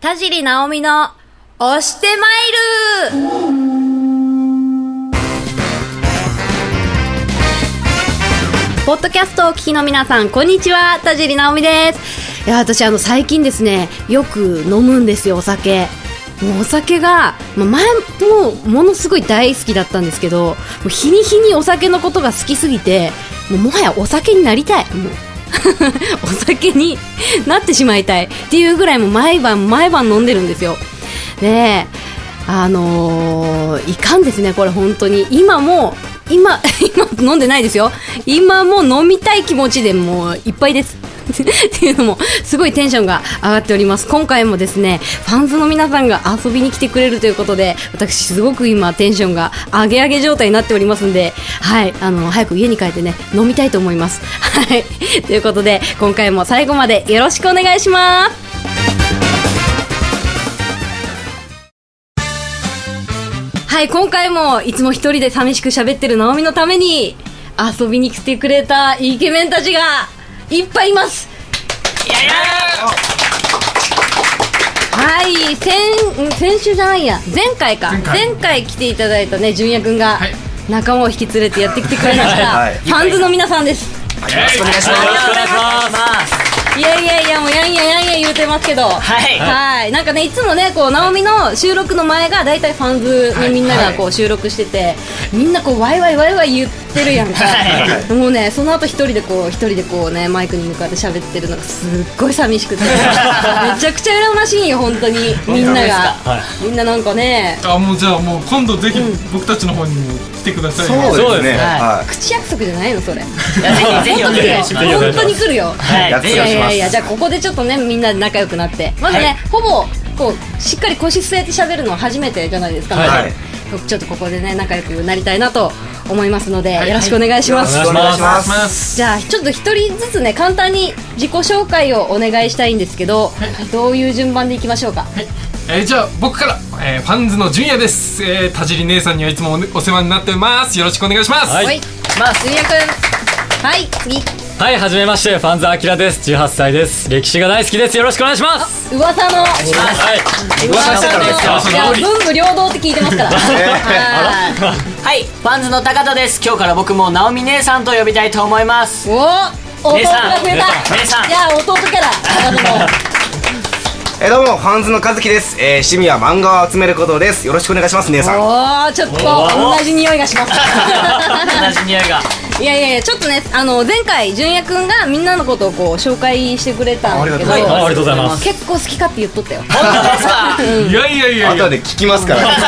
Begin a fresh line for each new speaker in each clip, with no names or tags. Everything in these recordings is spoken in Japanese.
田尻直美の押してまいるポッドキャストをお聞きの皆さんこんにちは田尻直美ですいや私あの最近ですねよく飲むんですよお酒もうお酒が、まあ前もものすごい大好きだったんですけどもう日に日にお酒のことが好きすぎてもうもはやお酒になりたいもう お酒になってしまいたいっていうぐらいもう毎晩毎晩飲んでるんですよであのーいかんですねこれ本当に今も今 今飲んでないですよ今も飲みたい気持ちでもういっぱいですっていうのもすごいテンションが上がっております今回もですねファンズの皆さんが遊びに来てくれるということで私すごく今テンションが上げ上げ状態になっておりますんではいあの早く家に帰ってね飲みたいと思いますはいということで今回も最後までよろしくお願いしますはい、今回もいつも一人で寂しく喋ってる直美のために遊びに来てくれたイケメンたちがいっぱいいますはい、先、ん先週じゃないや、前回か。前
前
回
回
来ていただいたね、純也くんが
はい
仲間を引き連れてやってきてくれました。
はい
ファンズの皆さんです。
よろしくお願いします。
いやいやいやもうやんややんや言うてますけどはいはいなんかねいつもねこう直美の収録の前が大体ファンズにみんながこう収録しててみんなこうワイワイワイワイ言ってるやんかもうねその後一人でこう一人でこうねマイクに向かって喋ってるのがすっごい寂しく てめちゃくちゃ羨ましいよ本当にみんながみんななんかね
あもうじゃあもう今度ぜひ僕たちの方にも来てくださいよ、
そうですね。は
口約束じゃないのそれ
ぜひお願いします。
本当に来るよ
はいい、
ぜ
ぜ
ひ
ひ
い
お
お
やい
願
願いし
や
ま
い
す。
やじゃあここでちょっとねみんなで仲良くなってまずね、
はい
ほぼこうしっかり腰据えて喋るのは初めてじゃないですか、
はい
まだちょっとここでね仲良くなりたいなと思いますので、よろしくお願いし
い。
ます、
よろしくお願いしま
お願いします
す。
じゃあちょっと一人ずつね簡単に自己紹介をお願いしたいんですけど、どういう順番でいきましょうか、
えーじゃあ僕から、えーファンズの純也です、えー、田尻姉さんにはいつもお,、お世話になってますよろしくお願いします、
はい
まあすみやくんはい次
はい、はじめまして、ファンズアキラです。18歳です。歴史が大好きです。よろしくお願いします。
噂の
はい、
噂
噂の
のいや文武両道って聞いてますから はい
はい、ファンズの高田です。今日から僕も直美姉さんと呼びたいと思 います。
おお弟
姉
が
さん
増えた
姉さん
じゃあ弟キャラあの
えどうもファンズの和樹です。えー趣味は漫画を集めることです。よろしくお願いします姉さん。
おーちょっと同じ匂いがします
同じ匂いが。
いやいやいやちょっとねあの前回純也くんがみんなのことをこう紹介してくれたんだけど
ありが
あありがとうございます。
結構好きかって言っとったよ
いやいやいやいや
後で聞きますから。
な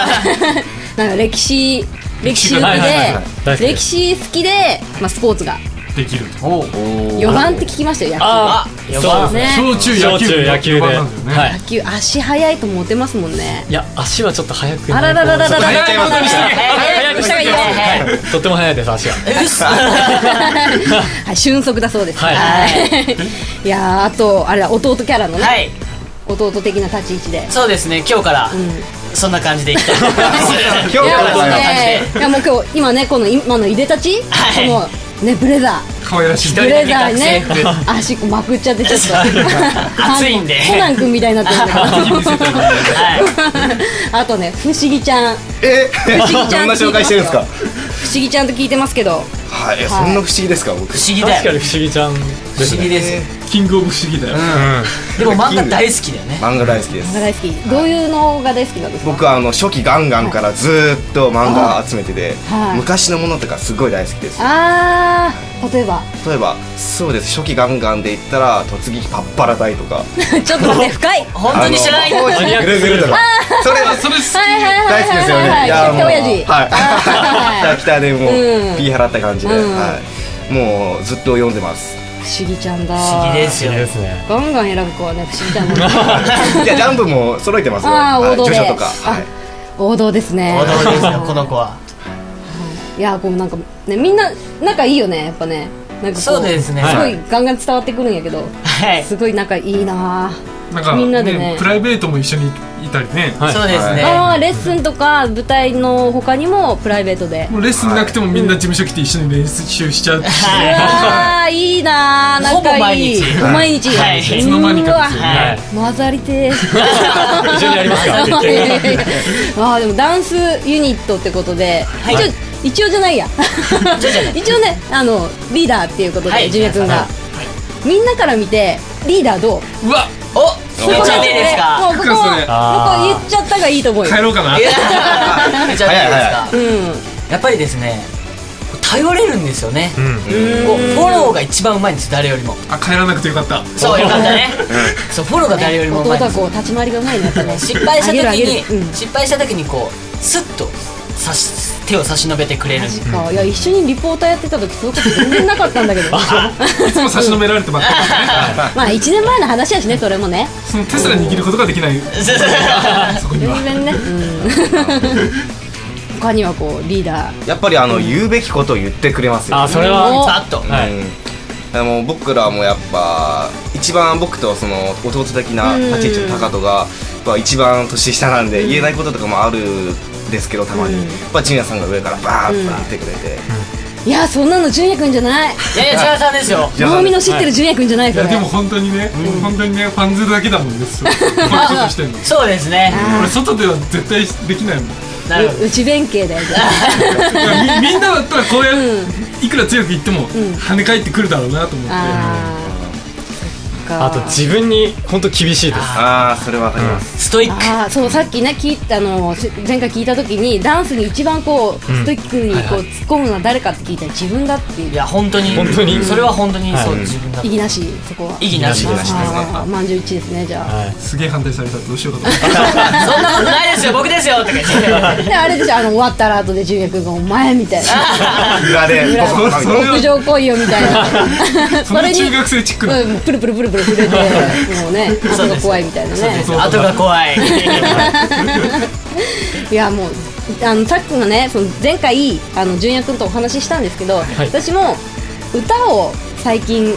んか歴史歴史好き
はいはいはいはい大
で
好きです
歴史好きで、まあ、スポーツが
できる
4番って聞きましたよ
あ
や
あ、
ば
そうですね。
ね
小中野球
小
部
中野球で。
の番なんだよね
は
野
い。
球足速いとモテますもんね
いや、足はちょっと速くない。
あらららららら
ちょっと早いことにしと
け
早くしたがいいよ
はい、とっても速いです、足が。
はい、俊足だそうです。
はい
い。いやーあとあれだ弟キャラのね、
はい、
弟的な立ち位置で。
そうですね。今日からそんな感じでいきたいと思います。
今
い
日
や
か
もう
ら
ね、いやもう今日今ねこの今のいでたち、
はい
このねブレザ
可愛らしい
ー、ブ
左
レ
手
ザーね
学生、
足こうまくっちゃってちょっと
暑いんで
コナン君みたいになってるんだけど。あとね不思議ちゃん、不
え
不思議ちゃ
ど
ん
んな紹介してるんですか。
思議ちゃんと聞いてますけど、
はいえそんな不思議ですか僕。
不思議だ
確か
よ。
に不思議ちゃんで
不
す
思議
ね。
です。
キングオブ不思議だよ、
でも漫画大好きだよね。
漫画大好きで
漫画
す。
大好き。どういうのが大好きなんですか。
僕はあの初期ガンガンからずーっと漫画集めてて
はい、
昔のものとかすごい大好きです。
あー、例えば
例えばそうです初期ガンガンで言ったら突撃パッパラ大とか。
ちょっと待って深い。
本当に知らない。
あの王子ぐるぐるとか。それ
あそれ好き
はいはいはい
大好きですよね。
はいい
や
はい
もう
はい、絶対
はい。北北でもう
うん
ピー払った感じで、
うん
はい。もうずっと読ん でます。
親父。不思議ちゃんだ。
不思議です
不
よ
思議。ですね。
ガンガン選ぶ子はね不思議ちゃんなんだ。
いやジャンプも揃えてますよ。
ああ
はい
王道で
著書とか。はい。
王道ですね。
王道です よこの子は。
いやこうなんかねみんな仲いいよねやっぱね。なんかこ
そうですね
すごいガンガン伝わってくるんやけど、
はい。
すごい仲いいなぁ。
なんか
みんなでね
プライベートも一緒にいたりね、
はい
そうですね、
ああレッスンとか舞台の他にもプライベートで
もうレッスンなくてもみんな事務所来て一緒に練習しちゃうし、
は
ああいいなー仲いい
ほ
ほぼ毎日
はいう
ーわ
い
つの間にかですよね
はい
混ざりてー
一緒にやりますかって言って
あーでもダンスユニットってことで、
い
一応一応じゃないや一応ねあのリーダーっていうこと
は
で
い
ジュニア君が、みんなから見てリーダーどう
うわ
お言っちゃっていいです
も
か
うここは
それ
もうここ言っちゃったがいいと思うよ
帰ろうかな
言っちゃっていいですか
うん
やっぱりですね頼れるんですよね、こうフォローが一番うまいんです誰よりも
あ帰らなくてよかった
そうよかったねそうフォローが誰よりもうまいん
弟
で
は
す
こう立ち回りがうまいなってね
失敗した時
あげるあげる
に、
うん
失敗した時にこうスッと差し手を差し伸べてくれる
確かいや一緒にリポーターやってた時そういうこと全然なかったんだけど
いつも差し伸べられてばっかりですね
まあ1年前の話やしねそれもね
その手すら握ることができないそこには
全然ね、うん、他にはこうリーダー
やっぱりあの言うべきことを言ってくれますよ
あ、それは。
さっと
はい
うん、でも僕らもやっぱ一番僕とその弟的な立ち位置の高人が、まあ、一番年下なんで言えないこととかもあるんですけどたまに、
うん
まあ、ジュニアさんが上からバーッと言ってくれて、
いやそんなの純也くんじゃない
いやいや違うさんですよ
ジュニアさ
直
ん
美の知ってる純也くんじゃない
い
それ
やでも本当にね、本当にねファンズだけだもんねそうこういうことしてんの
そうですね
俺外では絶対できないもん
なるほど
う内弁慶だよじゃ
いやみみんなだったらこうやいくら強く言っても跳ね返ってくるだろうなと思って、
ああーそっか
あと自分に本当厳しいです。
ああそれはわかります、
ストイック
あーそうさっきね聞いたあのし前回聞いた時にダンスに一番こう、ストイックにこう突っ込むのは誰かって聞いたら自分だっていう
いや本当に
本当に
それは本当にそう
はい
自分だ
意義なしそこは
意義なし
意義なし
ああ満場一致ですねじゃあ、
はい。
すげえ反対されたらどうしようかと思って
そんなことないですよ僕ですよとか言って
であれでしょあの終わったら後で純也君が「お前」みた いな
裏で
裏
ボコッと
「屋上来いよ」みたいな
その中学生チックな、
うん、プルプルプルプル触れてもうね後が怖いみたいなね
そう
後が怖い
いやもうあのさっきのねその前回あの純也君とお話ししたんですけど、
い
私も歌を最近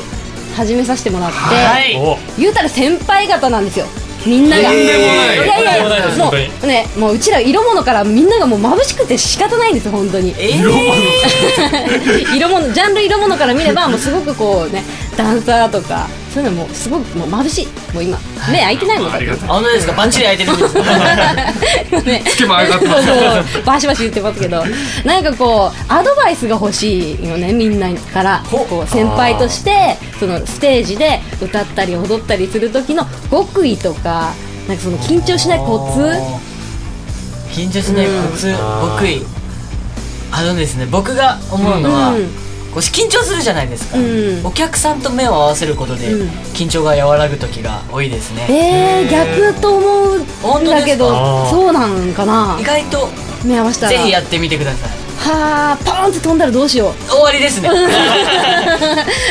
始めさせてもらって、
はい
お、
言うたら先輩方なんですよみんなが、
とんでもな
い
い
やいやい
とんでもないで
や
す
も
本当
うねもううちら色物からみんながもう眩しくて仕方ないんですよ本当に
え
色物
色物ジャンル色物から見ればもうすごくこうねダンサーとかそういうのもうすごくもう眩しいもう今目開いてないもんだ
あ
っ
り
て
がたい
本当ですかバッチリ開いてるんですか
ね
つけば上がって
そ
ま
う
す
そうバシバシ言ってますけどなんかこうアドバイスが欲しいよねみんなからこう先輩としてそのステージで歌ったり踊ったりする時の極意とかなんかその緊張しないコツ
緊張しないコツ
ん
僕あのですね僕が思うのは、
うん
こう緊張するじゃないですか、
うん
お客さんと目を合わせることで、
うん
緊張が和らぐ時が多いですね、
えー、逆と思うんだけど
本当ですか
そうなんかな
意外と
目合わせたら
ぜひやってみてください
はあポーンって飛んだらどうし よう
終わりですね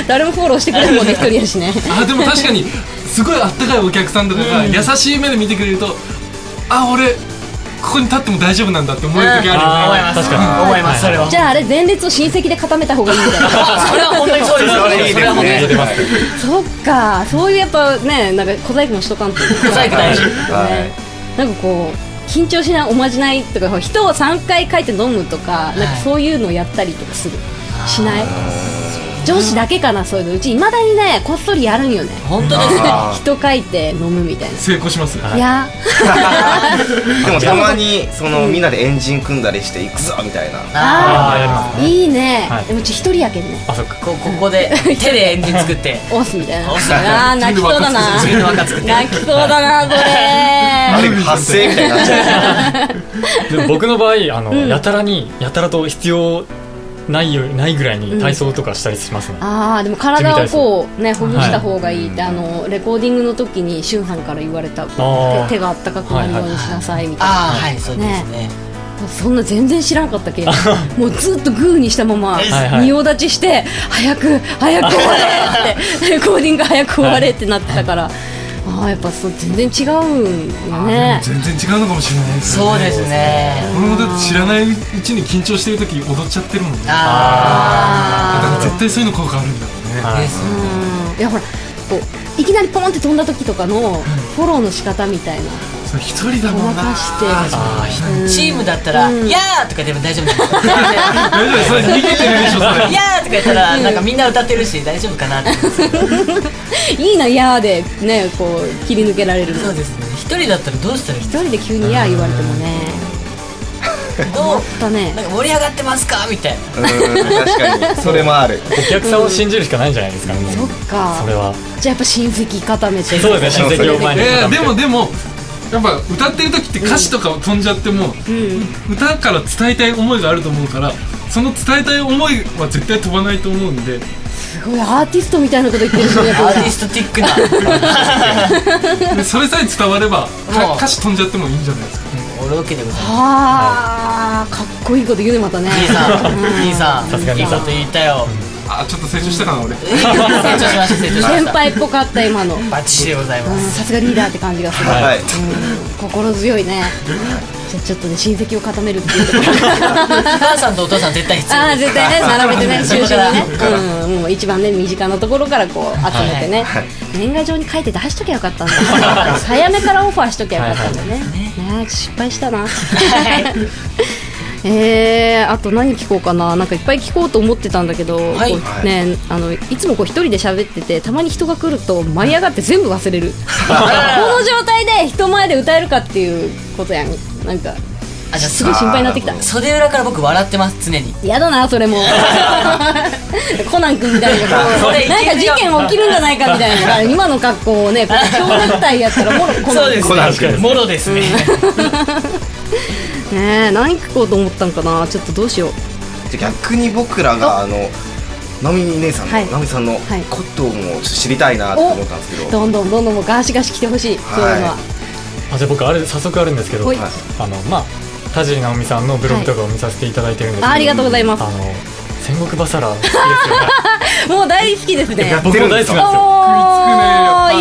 誰もフォローしてくれるもんね一人やしね
あでも確かにすごいあったかいお客さんとかが優しい目で見てくれると、あ俺ここに立っても大丈夫なんだって思える時あ
思い
るよね
ます
確かに
思いますそれは
じゃああれ前列を親戚で固めた方がいいみたいな
それは本当にそうです
それいい
そ
で
れは
す
本当
ね
に
出てます。
そっかそういうやっぱねなんか小細工もしとかんと小
細工大事
は
なんかこう緊張しないおまじないとか人を3回書いて飲むとかなんかそういうのをやったりとかするしない女子だけかなそういうのうちいまだにねこっそりやるんよね
本当ですか
あ
人書いて飲むみたいな
成功します、
いや
ーでもたまにそのみんなでエンジン組んだりして行くぞみたいな
あ
あー、やります。
ーいいね
はいう
ち一人やけんね
あ、そっか。
こここで手でエンジン作って
押すみたいな
押す
あー泣きそうだな
自分の若作って
泣きそうだなこ
あ
れ
る意味発声みたいになっちゃう
でも僕の場合、あの、やたらに、やたらと必要ないよ、ないぐらいに体操とかしたりしますね。
あーでも体をこうねほぐした方がいいって、あのレコーディングの時に俊さんから言われた
ー
手があったかくなるようにしなさいみたいな、
ああはいそうですね
そんな全然知らんかったけもうずっとグーにしたまま
はいはい
仁王立ちして早く早く終われってレコーディング早く終われってなってたから、ああやっぱそう全然違うんよね
全然違うのかもしれないですよ
そうですね
俺もだって知らないうちに緊張してる時踊っちゃってるもんねだ
あ
から絶対そういうの効果あるんだろうね
あ
はい
です
うんいやほらこういきなりポンって飛んだ時とかのフォローの仕方みたいな
そう一人だもんな
ごまかして
あー
チームだったら「やー!」とかでも大丈夫なんですよ
大丈夫それ逃げてるでしょそれ
やー!」とか言ったらなんかみんな歌ってるし大丈夫かなって思うんですけど
いいな「やー」でねこう切り抜けられるの
そうですね一人だったらどうしたらいい
一人で急に「やー」言われてもね
どう
だね
なんか盛り上がってますかみたいな
うん確かにそれもある
お客さんを信じるしかないんじゃないですかね、もう
そっか
それは
じゃあやっぱ親戚固めて
そうですね親戚を前に
えー、でも
で
でもやっぱ歌ってる時って歌詞とかを飛んじゃっても、歌から伝えたい思いがあると思うからその伝えたい思いは絶対飛ばないと思うんです
ごいアーティストみたいなこと言ってるしね
アー ティストティックな
でそれさえ伝われば
あ
か
あ
歌詞飛んじゃってもいいんじゃないですか
俺 OK でございます
はあかっこいいこと言うねまたね
兄さん兄さん
さすがに
いいこと言ったよ
あちょっと成長したかな俺
成長しました成長し ま
先
した
輩っぽかった今の
バッチリでございま
うん
す
さすがリーダーって感じがする
はい
心強いねじゃあちょっとね親戚を固めるっていうところ
母さんとお父さん絶対必
ああ
要です
絶 対ね並べてね
そ
中心
こから
にね、うん、もう一番ね身近なところからこう集めてね、年賀状に書いて出しときゃよかったんだ早めからオファーしときゃよかったんだね,、ね失敗したな えー、あと何聞こうかななんかいっぱい聞こうと思ってたんだけど、
い
こうね、あのいつもこう一人で喋っててたまに人が来ると舞い上がって全部忘 れるこの状態で人前で歌えるかっていうことやんなんか
あじゃあ
すごい心配になってきた
袖裏から僕笑ってます常に
やだなそれもコナン君みたいなこ
そうれいける
なんか事件起きるんじゃないかみたいな今の格好をねこう蝶ネクタイやったらもろコナン君
コナン君
もろです ね
ねえ何聞こうと思ったんかなちょっとどうしよう
じゃあ逆に僕らがあのナミ姉さんの、
はい
ナミさんの
はい
ことをもうちょっと知りたいなと思ったんですけど、
どんどんどんどんもうガシガシ来てほしい、そういうのは
は
あじゃあ僕あれ早速あるんですけど
ほい
はい
あのまあ田尻直美さんのブログとかを見させていただいてるんですけど、
あありがとうございます
あの戦国バサラ好きですよね
もう大好きですね
僕も大好きなんです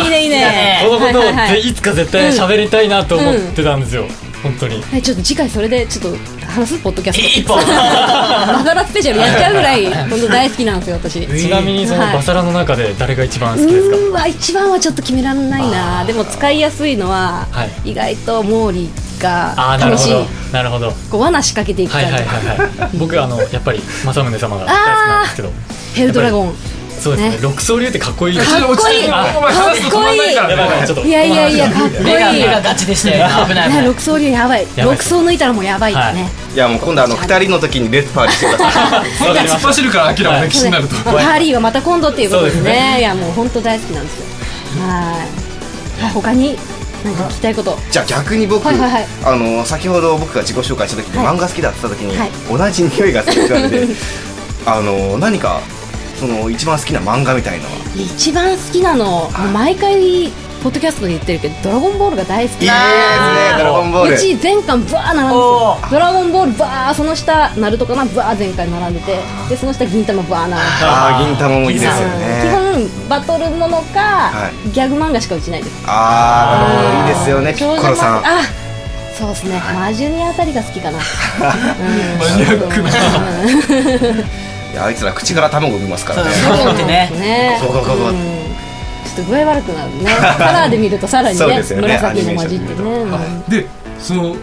お
食
よ
い
ーい
つくね
いねいいね
このことを
はいはいは
で
い
いつか絶対喋りたいなと思ってたんですよ、本当に
はい、ちょっと次回それでちょっと話すポッドキャスト
一本
バサラスペシャルやっちゃうぐらい本当大好きなんですよ私
ちなみにそのバサラの中で誰が一番好きですか、
うーわ一番はちょっと決められないなでも使いやすいのは、
は
意外とモーリー
あ
が
あなる
楽
ほ
しい
どなるほど
こう罠仕掛けていくか
は
ら、
いはいはいはい僕あのやっぱり政宗様が大好きなんです
ヘルドラゴン
けどそうですね
ね
六層流ってかっこいいです
ちょ
ね
と落ち着て
かっこいい
お前話すと止まんないから
やばいやばい
ね
ちょっと
いやいやいや
この
かっこいい
目が目がガチでしたよね危ない
ね
危ない
六層流やばい
やばい
六層抜いたらもうやばいね、
はい
いやもう今度あの二人の時にレッドパーにしてください
本当に突っ走るからアキラもね
はい
気になると
まあハリーはまた今度っていうことですね
そうです
いやもう本当大好きなんですよはいはい他に何か聞きたいこと
じゃあ逆に僕、
はいはいはい
あの先ほど僕が自己紹介した時に、
はい
漫画好きだって言った時に、
はい
同じ匂いがするんであの何かその一番好きな漫画みたいのは
一番好きなの、もう毎回ポッドキャストで言ってるけど「ドラゴンボール」が大好
い
き
いですねドラゴンボール
うち全巻ブワー並んで
お
てドラゴンボールバーその下ナルトかなブワー全巻並んでてでその下銀玉ブワー並んでて
ああ銀玉もいいですよ
基
ね
本バトルものか、
い
ギャグ漫画しかうちないです
ああいいですよねピ
少女
ッコロさん
漫画あそうですね、マジュニアあたりが好きかなマ
マニアックない
やあいつら口から卵産みますからね
そうそうってね
ね
そうそうそうそう
うんちょっと具合悪くな るねカラーで見るとさらにね
そうですよね
紫も混じってね
アニメーションで見
うん
でその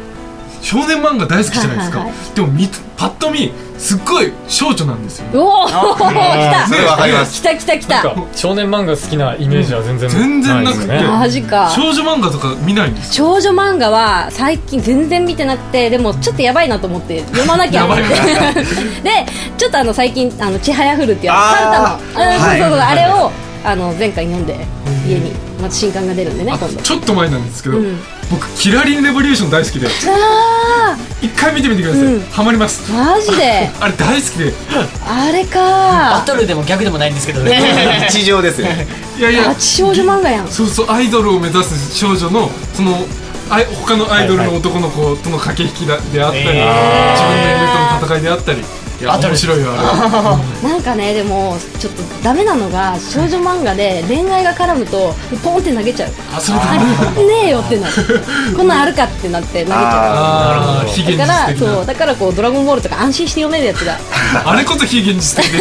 少年漫画大好きじゃないですか、
はいは
でも見つパッと見すっごい少女なんですよ
おお来た
それわかり ます
来た来た来
なん
た
か少年漫画好きなイメージは全然
全然なくて
いですよね
マジか
少女漫画とか見ないんです
少女漫画は最近全然見てなくてでもちょっとやばいなと思って読まなきゃ
や
と
ば
思
い
っ
な
て でちょっとあの最近「あのちはやふる」っていうあ
あ
のサンタの、
ー
うん
は
そう
い
そうそうあれをあの前回読んで家にまた新刊が出るんでね
あ
今度
ちょっと前なんですけど、
うん
僕キラリンレボリューション大好きで
あ
一回見てみてください、
うん
ハマります
ーマジで
あれ大好きで
あれ
バ
か
トルでも逆でもないんですけどね
日常ですよね
いやいや
ガチ少女漫画やん
そうそうアイドルを目指す少女のそのあい他のアイドルの男の子との駆け引きだであったり、
えー
自分の夢との戦いであったりいや面白いよあ
なんかねでもちょっとダメなのが少女漫画で恋愛が絡むとポンって投げちゃう
れあそれだ
ありねえよってなるこんなんあるかってなって投げちゃう
ああ非現
だから
実的
そう
な
だからこう「ドラゴンボール」とか安心して読めるやつが
あれこそ非現実的で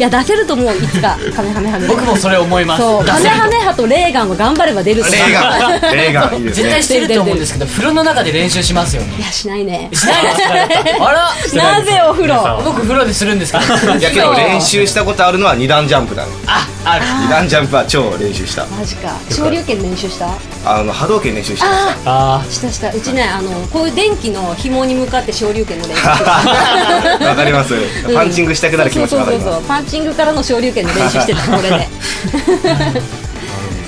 いや出せると思ういつかカメハメハメ
僕もそれ思います
そう
出
カ
せ
メ
る
ハメハとレーガンは頑張れば出るから
レーガンレーガンいいです
絶
ね
対してると思うんですけど風呂の中で練習しますよね
いやしないね
しないです かあら
てない
な
です
ぜお風
皆さん
呂
は
僕風呂でする んですけど
いやけど練習したことあるのは二段ジャンプだね
あある
二段ジャンプは超練習した
マジか昇竜拳練習した
あの波動拳練習してまし
あ
あ
あしたしたうちねあのこういう電気の紐に向かって昇竜拳の練習
たわかります パンチングしたくなる気
そ
持
う
ち
そ
わ
う
か
そ
り
う
ま
そう
す
パンチングからの昇竜拳の練習してたこれで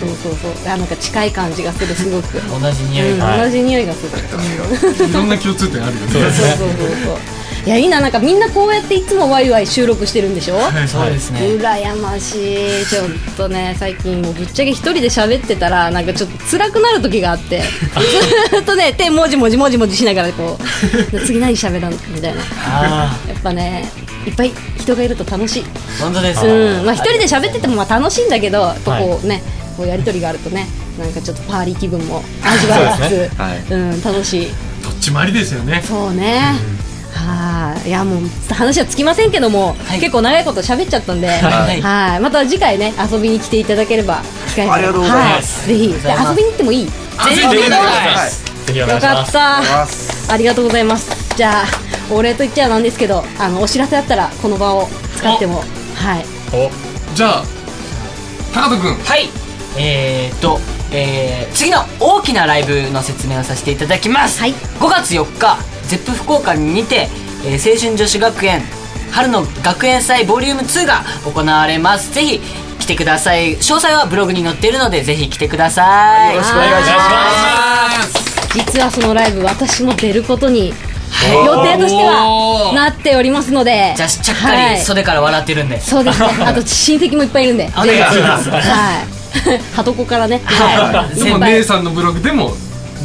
そうそうそうあなんか近い感じがするすごく、
同じ匂
う
い
ん
が
はい
同じ匂いがするそう
いろんな共通点あるよ
そうで
ね
す
そう
ね
そうそう いやいいななんかみんなこうやっていつもワイワイ収録してるんでしょ、
はい
そうですね
羨ましいちょっとね最近もうぶっちゃけ一人で喋ってたらなんかちょっと辛くなる時があってずっとね手もじもじもじもじしながらこう次何喋らんみたいなや
あ
っぱねいっぱい人がいると楽しい
あ本当です
うんまあ一人で喋っててもまあ楽しいんだけどやっぱこ
は
うね、こうやりとりがあるとねなんかちょっとパーリー気分も味わいつ
そう
つ
で
う、
ねはい
ん、楽しい
どっちもありですよね
そうね、はいいやもう話はつきませんけども、
い
結構長いこと喋っちゃったんで、
はい
はい、また次回ね遊びに来ていただければ機会が
ありがとうございます
はい、ぜひで
ありがとうございます
遊びに行ってもいいよ
あ全然
はい
ぜひお願いし
か
ま
っ
す
た
ありがとうございます
ありがとうございますじゃあお礼と言っちゃなんですけどあのお知らせあったらこの場を使ってもはい
お
じゃあ高人君
はいえー、っと、えー、次の大きなライブの説明をさせていただきます、
はい
5月4日ゼップ福岡にて、えー青春女子学園春の学園祭ボリューム2が行われますぜひ来てください詳細はブログに載っているのでぜひ来てください
よろしくお願いし実はそのライブ私も出ることに予定としてはなっておりますので
じゃあちゃっか
はい
り袖から笑ってるんで、
そう ですね。あと親戚もいっぱいいるんで。お
願いします
はい。 はとこからね。は
でも姉さんのブログでも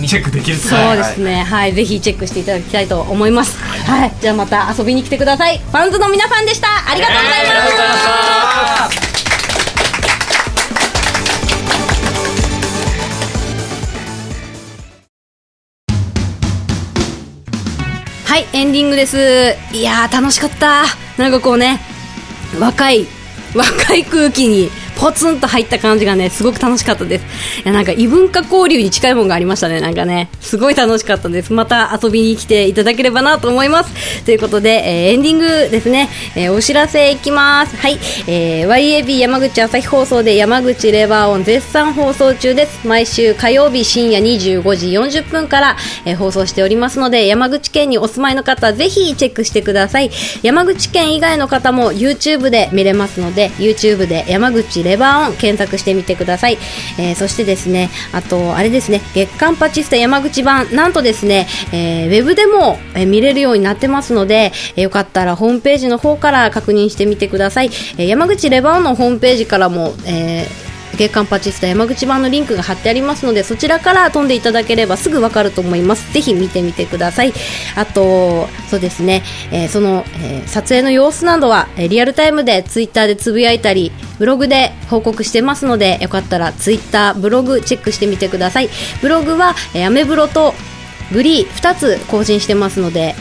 チェックできると
そうですね。はい。ぜひチェックしていただきたいと思います。はい。じゃあまた遊びに来てください。ファンズの皆さんでした。ありがとうございます。はい、エンディングです。いやー、楽しかった。なんかこうね、若い、若い空気にポツンと入った感じがね、すごく楽しかったです。いや、なんか異文化交流に近いものがありましたね、なんかね。すごい楽しかったです。また遊びに来ていただければなと思います。ということで、えーエンディングですね、えーお知らせいきます。はい、えー YAB 山口朝日放送で山口レバーオン絶賛放送中です。毎週火曜日深夜25時40分から、えー放送しておりますので、山口県にお住まいの方、ぜひチェックしてください。山口県以外の方も YouTube で見れますので、YouTube で山口レバーオン検索してみてください。えーそしてですね、あと、あれですね、月刊パチスタ山口版、なんとですね、えーウェブでも、えー見れるようになってますので、えーよかったらホームページの方から確認してみてください。えー山口レバーオンのホームページからも、えー月刊パチスタ山口版のリンクが貼ってありますのでそちらから飛んでいただければすぐわかると思いますぜひ見てみてくださいあとそうですね、えーその、えー撮影の様子などは、えーリアルタイムでツイッターでつぶやいたりブログで報告してますのでよかったらツイッターブログチェックしてみてくださいブログは、えーアメブロとグリー2つ更新してますので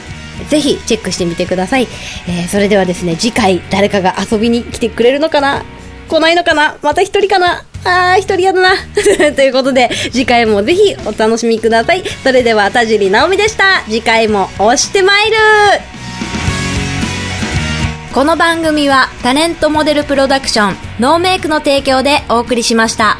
ぜひチェックしてみてください、えーそれではですね次回誰かが遊びに来てくれるのかな来ないのかなまた一人かなあー一人やだな ということで次回もぜひお楽しみくださいそれでは田尻直美でした次回も押してまいるこの番組はタレントモデルプロダクションノーメイクの提供でお送りしました。